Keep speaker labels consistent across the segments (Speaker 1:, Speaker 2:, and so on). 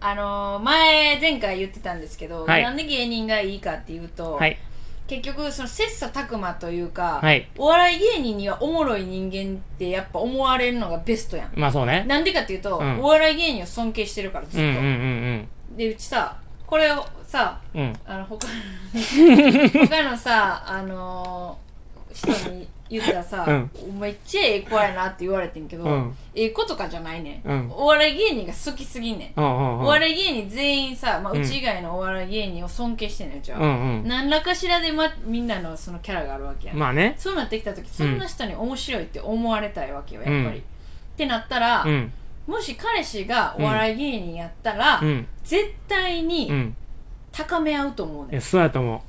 Speaker 1: あのー前前回言ってたんですけど、
Speaker 2: はい
Speaker 1: なんで芸人がいいかっていうと、
Speaker 2: はい。
Speaker 1: 結局その切磋琢磨というか、
Speaker 2: はい
Speaker 1: お笑い芸人にはおもろい人間ってやっぱ思われるのがベストやん
Speaker 2: まあそうね。
Speaker 1: なんでかっていうと、
Speaker 2: うん
Speaker 1: お笑い芸人を尊敬してるからず
Speaker 2: う
Speaker 1: っ
Speaker 2: ん
Speaker 1: と、
Speaker 2: うんうん
Speaker 1: でうちさこれをさ
Speaker 2: うん。うん。
Speaker 1: あの他 の他のさあのー人に言ったらさ、
Speaker 2: うん
Speaker 1: お前めっちゃええ子やなって言われてんけど、
Speaker 2: うん
Speaker 1: ええ子とかじゃないね、
Speaker 2: うん
Speaker 1: お笑い芸人が好きすぎんねん
Speaker 2: うんうんうん。
Speaker 1: お笑い芸人全員さ、まあ、
Speaker 2: うん
Speaker 1: うち以外のお笑い芸人を尊敬してんのよ、うちは。
Speaker 2: うんうん。
Speaker 1: 何らかしらで、ま、みんなのそのキャラがあるわけやん、
Speaker 2: まあね。
Speaker 1: そうなってきた時そんな人に面白いって思われたいわけよやっぱり、
Speaker 2: うん
Speaker 1: ってなったら、
Speaker 2: うん。
Speaker 1: もし彼氏がお笑い芸人やったら、
Speaker 2: うん。
Speaker 1: 絶対
Speaker 2: う
Speaker 1: に
Speaker 2: ん。
Speaker 1: 高め合うと思う
Speaker 2: い
Speaker 1: ね、
Speaker 2: や、そうやと思
Speaker 1: ん、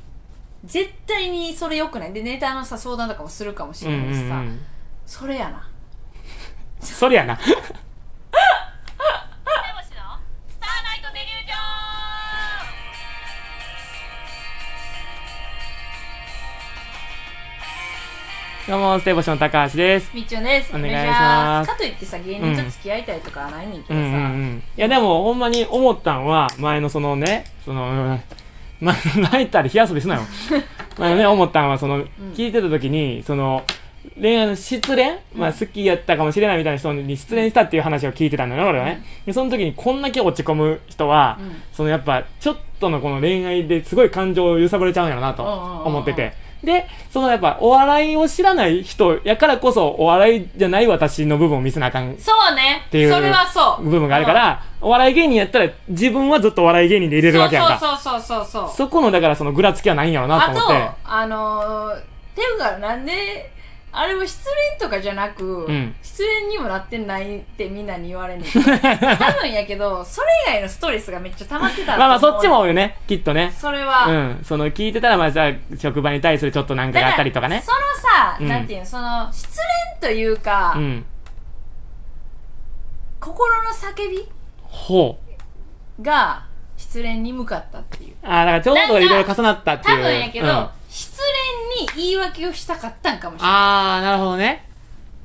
Speaker 1: 絶対にそれ良くないでネタのさ相談とかもするかもし
Speaker 2: う。うん
Speaker 1: れな
Speaker 2: う
Speaker 1: いし
Speaker 2: んう
Speaker 1: さ、
Speaker 2: ん。
Speaker 1: それやな
Speaker 2: そりゃな。
Speaker 3: 星のスターナイトデリュージョ
Speaker 2: どうも、ステーボション高橋です。
Speaker 1: みっちょんです
Speaker 2: お願いします
Speaker 1: おかといってさ芸人と付き合いたいとかはないねんけ
Speaker 2: う
Speaker 1: ど
Speaker 2: ん
Speaker 1: さ、
Speaker 2: うんうん。いや、でも、ほんまに思ったんは、前のそのね、その、ま、泣いたり冷や すですなよ。まあね、思ったんは、その、聞いてた時に、その、恋愛の失恋まあ、好きやったかもしれないみたいな人に失恋したっていう話を聞いてたんだよね、俺はね。で、その時にこんだけ落ち込む人は、
Speaker 1: うん
Speaker 2: そのやっぱ、ちょっとのこの恋愛ですごい感情を揺さぶれちゃうんやろなと
Speaker 1: うんうんうんうん
Speaker 2: 思ってて。で、そのやっぱ、お笑いを知らない人やからこそ、お笑いじゃない私の部分を見せなあかん
Speaker 1: そうね
Speaker 2: ていう
Speaker 1: それはそう
Speaker 2: 部分があるから、お笑い芸人やったら自分はずっとお笑い芸人で入れるわけやんか。
Speaker 1: そうそうそうそうそう
Speaker 2: そこのだからそのぐらつきはないんやろうなと思って。
Speaker 1: あとあのー、ていうかなんであれは失恋とかじゃなく、
Speaker 2: うん
Speaker 1: 失恋にもなってないってみんなに言わ れんねんけど多分やけどそれ以外のストレスがめっちゃ溜まってた
Speaker 2: まあまあそっちも
Speaker 1: 多
Speaker 2: 多いよね、きっとね。
Speaker 1: それ
Speaker 2: う
Speaker 1: は、
Speaker 2: ん。その聞いてたらまあじゃあ職場に対するちょっとなんか
Speaker 1: だ
Speaker 2: があ
Speaker 1: ら
Speaker 2: ったりとかね。
Speaker 1: そのさ、
Speaker 2: うん
Speaker 1: なんていうのその失恋というか、
Speaker 2: うん。
Speaker 1: 心の叫び
Speaker 2: ほう。
Speaker 1: が失恋に向かったっていう
Speaker 2: ああ、だからちょうどいろいろ重なったってい
Speaker 1: 多
Speaker 2: う。
Speaker 1: 分やけど、
Speaker 2: うん
Speaker 1: 失恋に言い訳をしたかったんかもしれない
Speaker 2: ああ、なるほどね。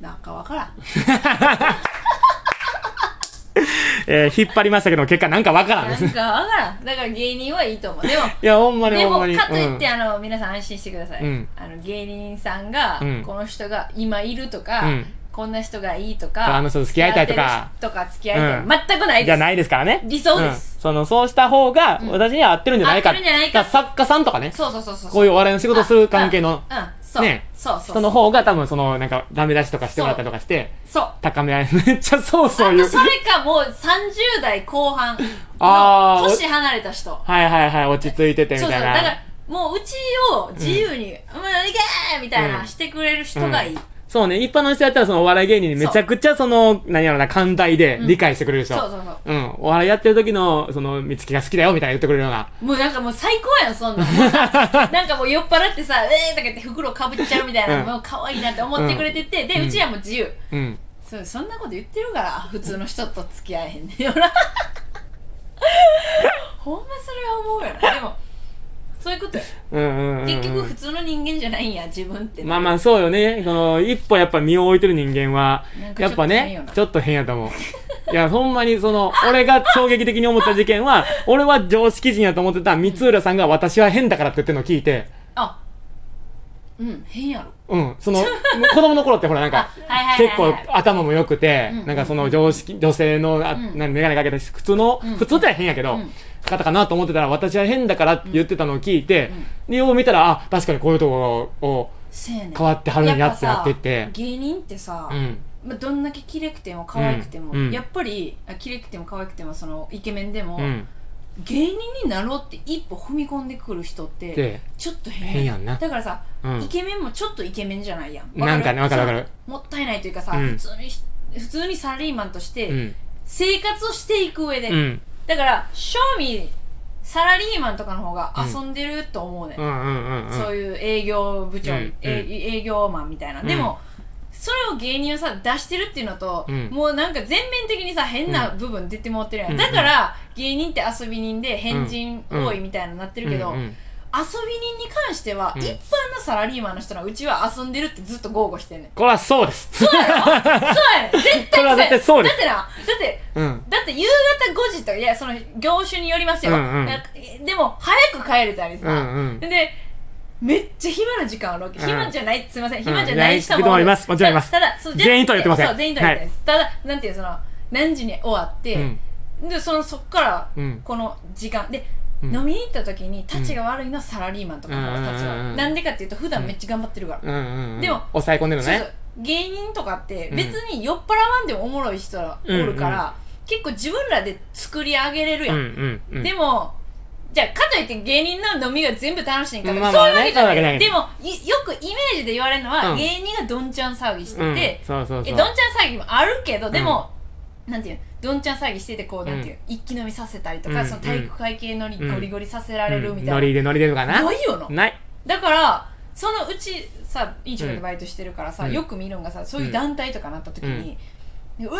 Speaker 1: なんかわ からん
Speaker 2: えー、引っ張りましたけど結果なんかわからんで
Speaker 1: な
Speaker 2: す。い
Speaker 1: んかわからんだから芸人はいいと思うで も
Speaker 2: や、ほんまに
Speaker 1: で
Speaker 2: ほん
Speaker 1: も
Speaker 2: まに。
Speaker 1: かといって、
Speaker 2: うん
Speaker 1: あの皆さん安心してください、
Speaker 2: うん
Speaker 1: あの芸人さんが、
Speaker 2: うん
Speaker 1: この人が今いるとか、
Speaker 2: うん
Speaker 1: こんな人がいいと
Speaker 2: そう
Speaker 1: か
Speaker 2: あの人と付き合いたいとか
Speaker 1: やってる人とか付き合いたい、
Speaker 2: うん
Speaker 1: 全くないです
Speaker 2: じゃないですからね。
Speaker 1: 理想です
Speaker 2: うんその、そうした方が、私には合ってるんじゃないか。
Speaker 1: 合ってるんじゃないか
Speaker 2: だら作家さんとかね。
Speaker 1: そうそうそうそう
Speaker 2: こういうお笑いの仕事をする関係の
Speaker 1: うん、うんそう,、
Speaker 2: ね
Speaker 1: そうそうそう
Speaker 2: 人の方が多分その、なんか、ダメ出しとかしてもらったりとかして、
Speaker 1: そう
Speaker 2: 高め合い、めっちゃそうそう
Speaker 1: あ
Speaker 2: いう
Speaker 1: と。それかもう30代後半
Speaker 2: あ
Speaker 1: の
Speaker 2: ー
Speaker 1: 年離れた人
Speaker 2: はいはいはい、落ち着いててみ
Speaker 1: そうそう
Speaker 2: た
Speaker 1: だ
Speaker 2: い
Speaker 1: か
Speaker 2: な。
Speaker 1: らもううちを自由に「うん、いけー!」みたいな、
Speaker 2: うん
Speaker 1: してくれる人がいい、
Speaker 2: うんそうね、一般の人やったらそのお笑い芸人にめちゃくちゃその、何やろな、寛大で理解してくれる人。
Speaker 1: そうそうそう
Speaker 2: うん。お笑いやってる時の、その、見つけが好きだよ、みたいな言ってくれるのが。
Speaker 1: もうなんかもう最高やん、 そんなん。もうさなんかもう酔っ払ってさ、えーとか言って袋かぶっちゃうみたいな、
Speaker 2: うん
Speaker 1: もう可愛いなって思ってくれてて、で、うちはもう自由。
Speaker 2: うん。
Speaker 1: そう、そんなこと言ってるから、普通の人と付き合えへんねんよ な。ほんまそれは思うよな。でも、そういうことや。
Speaker 2: うんうんうんうん。
Speaker 1: 結局普通の人間じゃないんや、自分って。
Speaker 2: まあまあそうよね。その、一歩やっぱ身を置いてる人間は
Speaker 1: なん、か
Speaker 2: やっぱ
Speaker 1: ちょっと変よ
Speaker 2: ね
Speaker 1: な、
Speaker 2: ちょっと変やと思う。いや、ほんまにその、俺が衝撃的に思った事件は、俺は常識人やと思ってた三浦さんが私は変だからって言ってるのを聞いて、
Speaker 1: あ、うん、変やろ。
Speaker 2: うん、その、子供の頃ってほらなんか
Speaker 1: あはい、はい
Speaker 2: 結
Speaker 1: はい
Speaker 2: 構
Speaker 1: はい
Speaker 2: 頭も良くて
Speaker 1: うんうんう、ん
Speaker 2: なんかその常識、女性の、あ
Speaker 1: ん
Speaker 2: なんメガネかけた普通の
Speaker 1: うん、
Speaker 2: 普通っては変やけど
Speaker 1: うん、
Speaker 2: 方かなと思ってたら、私は変だからって言ってたのを聞いて、で、よう見たら、あ、確かにこういうところを、
Speaker 1: せやねん。
Speaker 2: 変わってはるんやってなってて
Speaker 1: やぱさ芸人ってさ、
Speaker 2: うん。
Speaker 1: まあ、どんだけ綺麗くても可愛くても、
Speaker 2: うんうん
Speaker 1: やっぱりあ綺麗くても可愛くてもそのイケメンでも、
Speaker 2: うん。
Speaker 1: 芸人になろうって一歩踏み込んでくる人って
Speaker 2: で
Speaker 1: ちょっと変
Speaker 2: 変やんな
Speaker 1: だからさ、
Speaker 2: うん
Speaker 1: イケメンもちょっとイケメンじゃないやん
Speaker 2: なんかねわかるわかる
Speaker 1: そうもったいないというかさ、
Speaker 2: うん
Speaker 1: 普通にし普通にサラリーマンとし
Speaker 2: う
Speaker 1: て
Speaker 2: ん。
Speaker 1: 生活をしていく上で、
Speaker 2: うん。
Speaker 1: だから正味サラリーマンとかの方が遊んでると思うね、
Speaker 2: うんうんうんうん。
Speaker 1: そういう営業部長、
Speaker 2: うんうん
Speaker 1: えい営業マンみたいな、
Speaker 2: うん
Speaker 1: でもそれを芸人をさ出してるっていうのと、
Speaker 2: うん
Speaker 1: もうなんか全面的にさ変な部分出てもってるやん、
Speaker 2: うん
Speaker 1: だから芸人って遊び人で変人多いみたいななってるけど、
Speaker 2: うんうん
Speaker 1: 遊び人に関しては、
Speaker 2: うん
Speaker 1: 一般のサラリーマンの人のうちは遊んでるってずっと豪語してんねん
Speaker 2: これはそうです。
Speaker 1: そうやろそうやねん絶対
Speaker 2: これは絶対そうで
Speaker 1: だっ
Speaker 2: す
Speaker 1: てなだって
Speaker 2: うん。
Speaker 1: だって夕方5時とかいやその業種によりますよ、
Speaker 2: うんうん
Speaker 1: なんかでも早く帰れたりさ、
Speaker 2: うんうん
Speaker 1: でめっちゃ暇な時間あるわけ、
Speaker 2: うん
Speaker 1: 暇じゃないすいません
Speaker 2: ん
Speaker 1: 暇じゃない人も
Speaker 2: いやいいますもちろんいます
Speaker 1: ただただそう
Speaker 2: 全員とは言ってません
Speaker 1: そう全員とは言ってないです、ただなんていうのその何時に終わって、
Speaker 2: うん。
Speaker 1: でそのそっから
Speaker 2: うん
Speaker 1: この時間で、
Speaker 2: うん
Speaker 1: 飲みに行った時にたちが悪いのはサラリーマンとかの方たちは、
Speaker 2: うんうんうん
Speaker 1: なんでかっていうと普段めっちゃ頑張ってるから、
Speaker 2: うんうんうん。
Speaker 1: でも
Speaker 2: 抑え込んでるの
Speaker 1: そう
Speaker 2: ね
Speaker 1: そう。芸人とかって
Speaker 2: うん
Speaker 1: 別に酔っ払わんでもおもろい人はおるから、結構自分らで作り上げれるや、
Speaker 2: うんんうんうん。
Speaker 1: でもじゃあかといって芸人の飲みが全部楽しいんかとか、
Speaker 2: まあまあ
Speaker 1: そう
Speaker 2: ね
Speaker 1: いうわけじゃない
Speaker 2: そうい
Speaker 1: で
Speaker 2: う
Speaker 1: もいよくイメージで言われるのは、
Speaker 2: うん
Speaker 1: 芸人がどんちゃん騒ぎしてて、
Speaker 2: うん
Speaker 1: え
Speaker 2: そうそうそ
Speaker 1: ど
Speaker 2: うん
Speaker 1: ちゃん騒ぎもあるけどでも、なんていうのどんちゃん騒ぎしててこうなんていう、一気飲みさせたりとか、
Speaker 2: うん
Speaker 1: その体育会系のに
Speaker 2: うん
Speaker 1: ゴリゴリさせられるみ
Speaker 2: うん
Speaker 1: た
Speaker 2: ノ
Speaker 1: い
Speaker 2: リでノリでとか
Speaker 1: な、
Speaker 2: な。
Speaker 1: ないよな
Speaker 2: ない。
Speaker 1: だからそのうちさ飲食でバイトしてるからさ、
Speaker 2: うん
Speaker 1: よく見るんがさそういう団体とかなった時に「うえー!」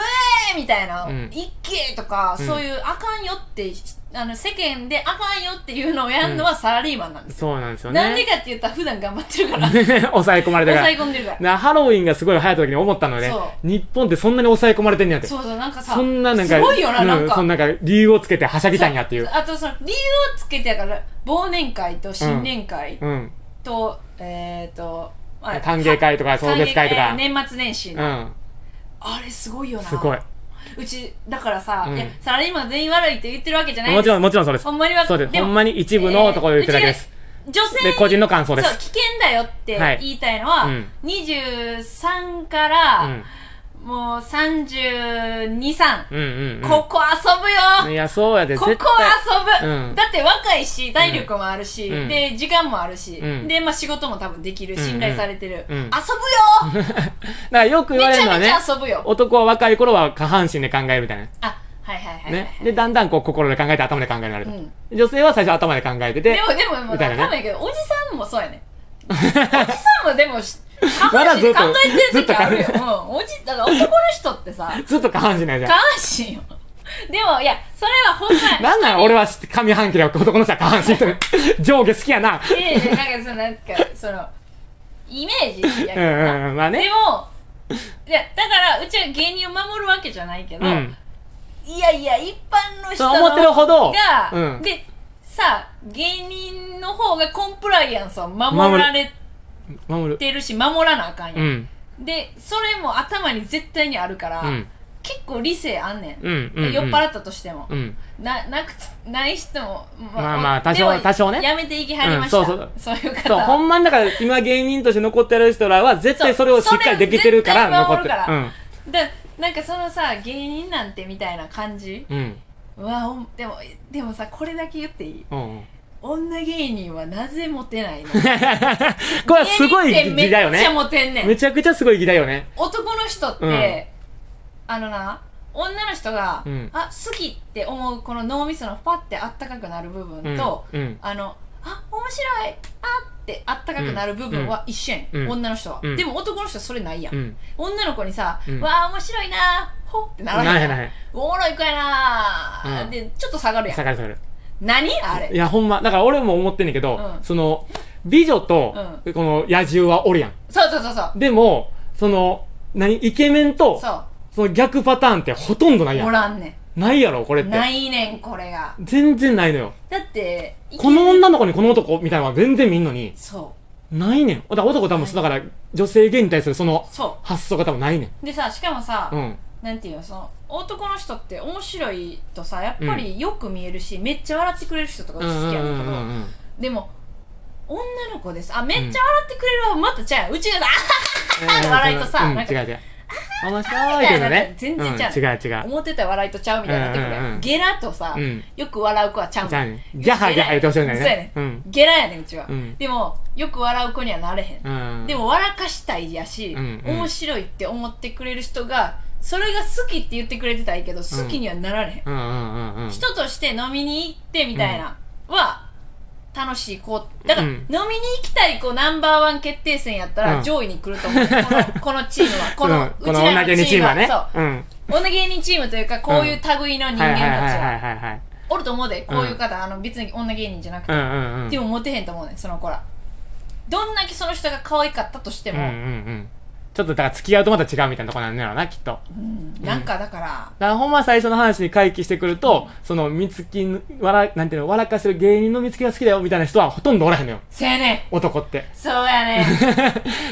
Speaker 1: みたいな「
Speaker 2: うん
Speaker 1: 一気!」とか、
Speaker 2: うん
Speaker 1: そういう「あかんよ」ってあの世間で「あかんよ」っていうのをやるのはサラリーマンなんですよ、
Speaker 2: そうなんですよね。
Speaker 1: なんでかって言ったら普段頑張ってるから抑
Speaker 2: 抑え込まれてるから
Speaker 1: え込んでるから
Speaker 2: なハロウィンがすごい流行った時に思ったのね
Speaker 1: そ
Speaker 2: 日本ってそんなに抑え込まれてんねやって
Speaker 1: そうそうなんかさ
Speaker 2: そんななんか
Speaker 1: すごいよな、なん
Speaker 2: うん、
Speaker 1: か
Speaker 2: そんなんか理由をつけてはしゃぎたいんやっていう
Speaker 1: あとその理由をつけてやから忘年会と新年会
Speaker 2: うん
Speaker 1: と、えっ、ー、と、まあ
Speaker 2: 歓迎会とか送別会と
Speaker 1: 歓
Speaker 2: か
Speaker 1: 迎会年末年始、
Speaker 2: うん
Speaker 1: あれすごいよな
Speaker 2: すごいう
Speaker 1: ちだからさ、
Speaker 2: うん
Speaker 1: いやサラリーマン全員悪いって言ってるわけじゃない
Speaker 2: もちろん
Speaker 1: ん
Speaker 2: もちろんそうです
Speaker 1: ほんまにわ
Speaker 2: そうです
Speaker 1: でも
Speaker 2: ほんまに一部のところを言ってるだけです、
Speaker 1: 女性
Speaker 2: で個人の感
Speaker 1: そ
Speaker 2: 想
Speaker 1: う
Speaker 2: で
Speaker 1: 危
Speaker 2: す
Speaker 1: 険だよって
Speaker 2: はい
Speaker 1: 言いたいのは、
Speaker 2: うん
Speaker 1: 23か
Speaker 2: う
Speaker 1: ら
Speaker 2: ん、
Speaker 1: もう323、
Speaker 2: うんうん
Speaker 1: ここ遊ぶよ、
Speaker 2: うんいやそうやで
Speaker 1: ここ
Speaker 2: 絶対
Speaker 1: 遊ぶ、
Speaker 2: うん
Speaker 1: だって若いし体力もあるし、
Speaker 2: うん
Speaker 1: で時間もあるし、
Speaker 2: うん
Speaker 1: で、まあ、仕事も多分できる
Speaker 2: うんうん
Speaker 1: 信頼されてる、
Speaker 2: うん
Speaker 1: 遊ぶよ
Speaker 2: だからよく言わ
Speaker 1: め
Speaker 2: れ
Speaker 1: ち
Speaker 2: るの
Speaker 1: ゃ
Speaker 2: は
Speaker 1: めち
Speaker 2: ね
Speaker 1: ゃ遊ぶよ、
Speaker 2: 男は若い頃は下半身で考えるみたいな
Speaker 1: あはいはいはいはい、
Speaker 2: ねでだんだんこう心で考えて頭で考えになる
Speaker 1: う
Speaker 2: と、
Speaker 1: ん
Speaker 2: 女性は最初頭で考えてて
Speaker 1: でもでもでも
Speaker 2: みたいなね
Speaker 1: わかんないけどおじさんもそうやねおじさんもでもし下
Speaker 2: まだ
Speaker 1: 半
Speaker 2: ず
Speaker 1: 身
Speaker 2: っ
Speaker 1: 考
Speaker 2: と
Speaker 1: えてる時あるよ
Speaker 2: ずっ、
Speaker 1: うん、おじだから男の人ってさ
Speaker 2: ずっと下半身なんじゃん
Speaker 1: 下半身よでもいやそれはほんま
Speaker 2: なんなん俺は上半期で男の人は下半身と 上下好きやな。
Speaker 1: いやいやなんかそのなんかそのイメージや
Speaker 2: う
Speaker 1: けどな、
Speaker 2: んうん、まあ
Speaker 1: で
Speaker 2: ね。
Speaker 1: もいやだからうちは芸人を守るわけじゃないけど、
Speaker 2: うん。
Speaker 1: いやいや一般の人
Speaker 2: そう
Speaker 1: の
Speaker 2: 思ってるほど、
Speaker 1: が、
Speaker 2: うん。
Speaker 1: でさあ芸人の方がコンプライアンスを守られ
Speaker 2: 守る。
Speaker 1: てるし守らなあかんや
Speaker 2: う、ん。
Speaker 1: でそれも頭に絶対にあるから、
Speaker 2: うん。
Speaker 1: 結構理性あんねん、
Speaker 2: うん。うん。
Speaker 1: 酔っ払ったとしても、
Speaker 2: うん。
Speaker 1: ななくつない人も、
Speaker 2: まあまあ
Speaker 1: でも
Speaker 2: 多少多少ね
Speaker 1: やめていきはりました、
Speaker 2: うんそうそう
Speaker 1: そういう方
Speaker 2: そう、
Speaker 1: は
Speaker 2: ほんまにだから今芸人として残ってる人らは絶対それをしっかりできてるから
Speaker 1: そ
Speaker 2: 残
Speaker 1: う
Speaker 2: ってる
Speaker 1: それ絶。対
Speaker 2: う
Speaker 1: 守
Speaker 2: ん。
Speaker 1: でなんかそのさ芸人なんてみたいな感じ
Speaker 2: うん。
Speaker 1: うわおんでもでもさこれだけ言っていい
Speaker 2: うん うん。
Speaker 1: 女芸人はなぜモテ ないの
Speaker 2: これはすごい
Speaker 1: 芸人って
Speaker 2: 時代よ
Speaker 1: めっちゃ
Speaker 2: ね。
Speaker 1: モテんねん
Speaker 2: めちゃくちゃすごい時代よね。
Speaker 1: 男の人って、あのな女の人が、
Speaker 2: うん
Speaker 1: あ好きって思うこの脳みそのパッてあったかくなる部
Speaker 2: う
Speaker 1: 分
Speaker 2: ん。
Speaker 1: と、
Speaker 2: うん。
Speaker 1: あのあ面白いあってあったかくなる部分は一緒やねん、
Speaker 2: うん
Speaker 1: 女の人は、
Speaker 2: うん
Speaker 1: でも男の人はそれないやん、
Speaker 2: うん。
Speaker 1: 女の子にさ、
Speaker 2: うん
Speaker 1: わあ面白いなーほっってなら
Speaker 2: な
Speaker 1: へ
Speaker 2: い
Speaker 1: ん
Speaker 2: ない。
Speaker 1: おもろい子やなー、
Speaker 2: うん
Speaker 1: でちょっと下がるやん
Speaker 2: 下がる下がる。
Speaker 1: 何あ
Speaker 2: い
Speaker 1: れ
Speaker 2: や、ほんま、だから俺も思ってんねんけど、
Speaker 1: うん
Speaker 2: その、美女と、この野獣はおるやん。
Speaker 1: そうそうそうそう
Speaker 2: でも、その、何イケメンと、
Speaker 1: そ
Speaker 2: その逆パターンってほとんどないうや
Speaker 1: お
Speaker 2: ん。
Speaker 1: らんね
Speaker 2: ないやろ、これっ
Speaker 1: ん
Speaker 2: て
Speaker 1: な。いねんこれが
Speaker 2: 全然ないのよ。
Speaker 1: だってい
Speaker 2: この女の子にこの男みたいなのは全然見んのに、
Speaker 1: そ
Speaker 2: ないねん。だから男多分、
Speaker 1: はい
Speaker 2: だから女性芸に対するその
Speaker 1: うそ
Speaker 2: 発想が多分ないねん。
Speaker 1: うでさしかもさ、
Speaker 2: うん。
Speaker 1: なんていうのその男の人って面白いとさやっぱりよく見えるし、めっちゃ笑ってくれる人とか
Speaker 2: う
Speaker 1: 好き
Speaker 2: んうんう
Speaker 1: やねん
Speaker 2: ん
Speaker 1: けど、
Speaker 2: うんうん。
Speaker 1: でも女の子ですあめっちゃ笑ってくれるわ、またちゃううちがさ笑いとさ
Speaker 2: うん、
Speaker 1: な
Speaker 2: 違
Speaker 1: ん
Speaker 2: う
Speaker 1: か
Speaker 2: 違う。面白いけどね。
Speaker 1: 全然ちゃう
Speaker 2: うん違う違
Speaker 1: あ
Speaker 2: う。
Speaker 1: 思ってた笑いとちゃうみたいになってくるやん
Speaker 2: うんうんうん
Speaker 1: ゲラとさ、
Speaker 2: うん。
Speaker 1: よく笑う子はちゃう
Speaker 2: じゃ
Speaker 1: も
Speaker 2: あ
Speaker 1: ん
Speaker 2: ね、ギャハギャハ言ってほしいんだよ
Speaker 1: そうやね
Speaker 2: ね。うん。
Speaker 1: ゲラやねんうちは、
Speaker 2: うん
Speaker 1: でもよく笑う子にはなれへん、
Speaker 2: うん。
Speaker 1: でも笑かしたいやし、
Speaker 2: うんうん
Speaker 1: 面白いって思ってくれる人がそれが好きって言ってくれてたらいいけど好きにはなられへん、
Speaker 2: うんうんうんうん。
Speaker 1: 人として飲みに行ってみたいな、は楽しい子だから、
Speaker 2: うん
Speaker 1: 飲みに行きたい子ナンバーワン決定戦やった
Speaker 2: う
Speaker 1: ら
Speaker 2: ん
Speaker 1: 上位に来ると思う、 このこのチームはこの,、う
Speaker 2: うん
Speaker 1: ち
Speaker 2: この女芸人チームはね。
Speaker 1: そう
Speaker 2: うん。
Speaker 1: 女芸人チームというかこういう類の人間たちは、
Speaker 2: はいはいはいはいはいはい。
Speaker 1: おると思うでこういう方、あの別に女芸人じゃなく
Speaker 2: う
Speaker 1: て、
Speaker 2: んうんうん
Speaker 1: でもモテへんと思うねんその子らどんだけその人が可愛かったとして
Speaker 2: うんう
Speaker 1: も、
Speaker 2: んうんちょっとだから付き合うとまた違うみたいなとこなんだろうなきっとだか
Speaker 1: うんなんかだから、
Speaker 2: らほんま最初の話に回帰してくると、その見つきわらなんていうの笑かしてる芸人の見つきが好きだよみたいな人はほとんどおらへんのよ
Speaker 1: せやねん
Speaker 2: 男って
Speaker 1: そうや ねん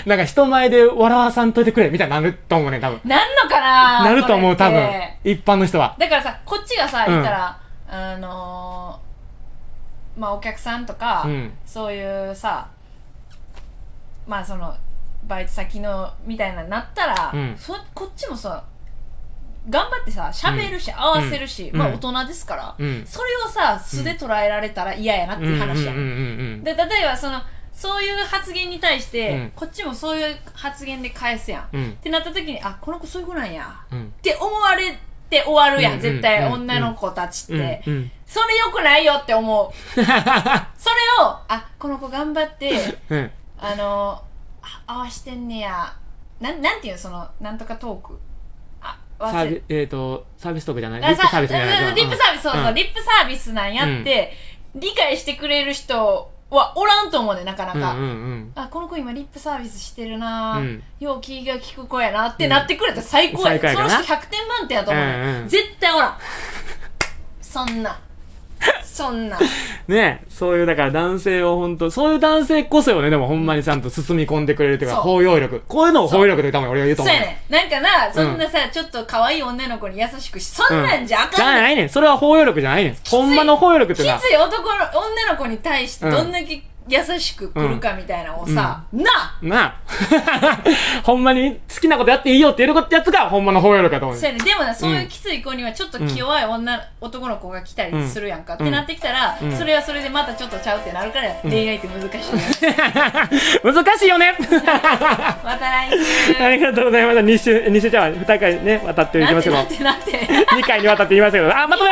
Speaker 2: なんか人前で笑わさんといてくれみたいになると思うね多分
Speaker 1: なんのかな
Speaker 2: なると思う
Speaker 1: それ
Speaker 2: 多
Speaker 1: っ
Speaker 2: 分
Speaker 1: て
Speaker 2: 一般の人は
Speaker 1: だからさこっちがさ
Speaker 2: うん
Speaker 1: 言ったら、あのーまあお客さんとか、
Speaker 2: うん
Speaker 1: そういうさまあそのバイト先のみたいなのになったら、
Speaker 2: うん
Speaker 1: そこっちもさ頑張ってさ喋るし、合わせるし、
Speaker 2: うん
Speaker 1: まあ
Speaker 2: うん
Speaker 1: 大人ですから、
Speaker 2: うん
Speaker 1: それをさ素で捉えられたら嫌やなっていう話や、
Speaker 2: うんうんうん
Speaker 1: で例えばそのそういう発言に対して、
Speaker 2: うん
Speaker 1: こっちもそういう発言で返すやん、っ
Speaker 2: うんうん
Speaker 1: てなった時にあこの子そういう子なんや
Speaker 2: うん
Speaker 1: って思われて終わるやん、
Speaker 2: うん
Speaker 1: 絶対、
Speaker 2: うん
Speaker 1: 女の子たちって、
Speaker 2: うんうん
Speaker 1: それ良くないよって思うそれをあこの子頑張って
Speaker 2: うん
Speaker 1: あのあ合わしてんねやなんなんていうのそのなんとかトークあ
Speaker 2: サ
Speaker 1: 忘
Speaker 2: ー
Speaker 1: れ
Speaker 2: ビえっ、と、サービストークじゃない
Speaker 1: あ
Speaker 2: リップ
Speaker 1: さ
Speaker 2: サービスじゃな
Speaker 1: う
Speaker 2: い
Speaker 1: んリップサービスそうそう、
Speaker 2: ん
Speaker 1: リップサービスなんやって、理解してくれる人はおらんと思うねなかなか、
Speaker 2: うんうん
Speaker 1: あこの子今リップサービスしてるなぁ、
Speaker 2: うん
Speaker 1: よう気が利く子やなってなってくれたら最高や,、
Speaker 2: うん最高や
Speaker 1: そ
Speaker 2: か
Speaker 1: の
Speaker 2: な
Speaker 1: 人100点満点やと思う、ね
Speaker 2: うんうん
Speaker 1: 絶対おらんそんなそんな
Speaker 2: うん。ねそういう、だから男性を本当そういう男性こそよね、でもほんまにちゃんと進み込んでくれるというか、
Speaker 1: そう
Speaker 2: 包容力。こういうのを
Speaker 1: そう
Speaker 2: 包容力で多分俺は言うと
Speaker 1: そう
Speaker 2: 思う。
Speaker 1: やねんなんかなそんなさ、ちょっと可愛い女の子に優しくしそんなんじゃあ
Speaker 2: じゃ
Speaker 1: かんねん、
Speaker 2: ないねん。それは包容力じゃないねん。ほんまの包容力っ
Speaker 1: きつ
Speaker 2: て
Speaker 1: い
Speaker 2: な。
Speaker 1: 男の女の子に対してどんだけ優しく来るかみたいなのをさ、なあ
Speaker 2: なあ。ほんまに好きなことやっていいよって言えるやつがほんまの包容力だと思う
Speaker 1: そう。やねんでもなそういうきつい子にはちょっと気弱い女、男の子が来たりするやんか、ってなってきたら、それはそれでまたちょっとちゃうってなるから、恋愛って難しいね
Speaker 2: 難しいよね
Speaker 1: また 来週
Speaker 2: ありがとうございました。2週、2週じゃあ2回ね、渡っていきますけど
Speaker 1: な、んてなんてなんて
Speaker 2: 2回にわたって言いましたけど、あ、まとめ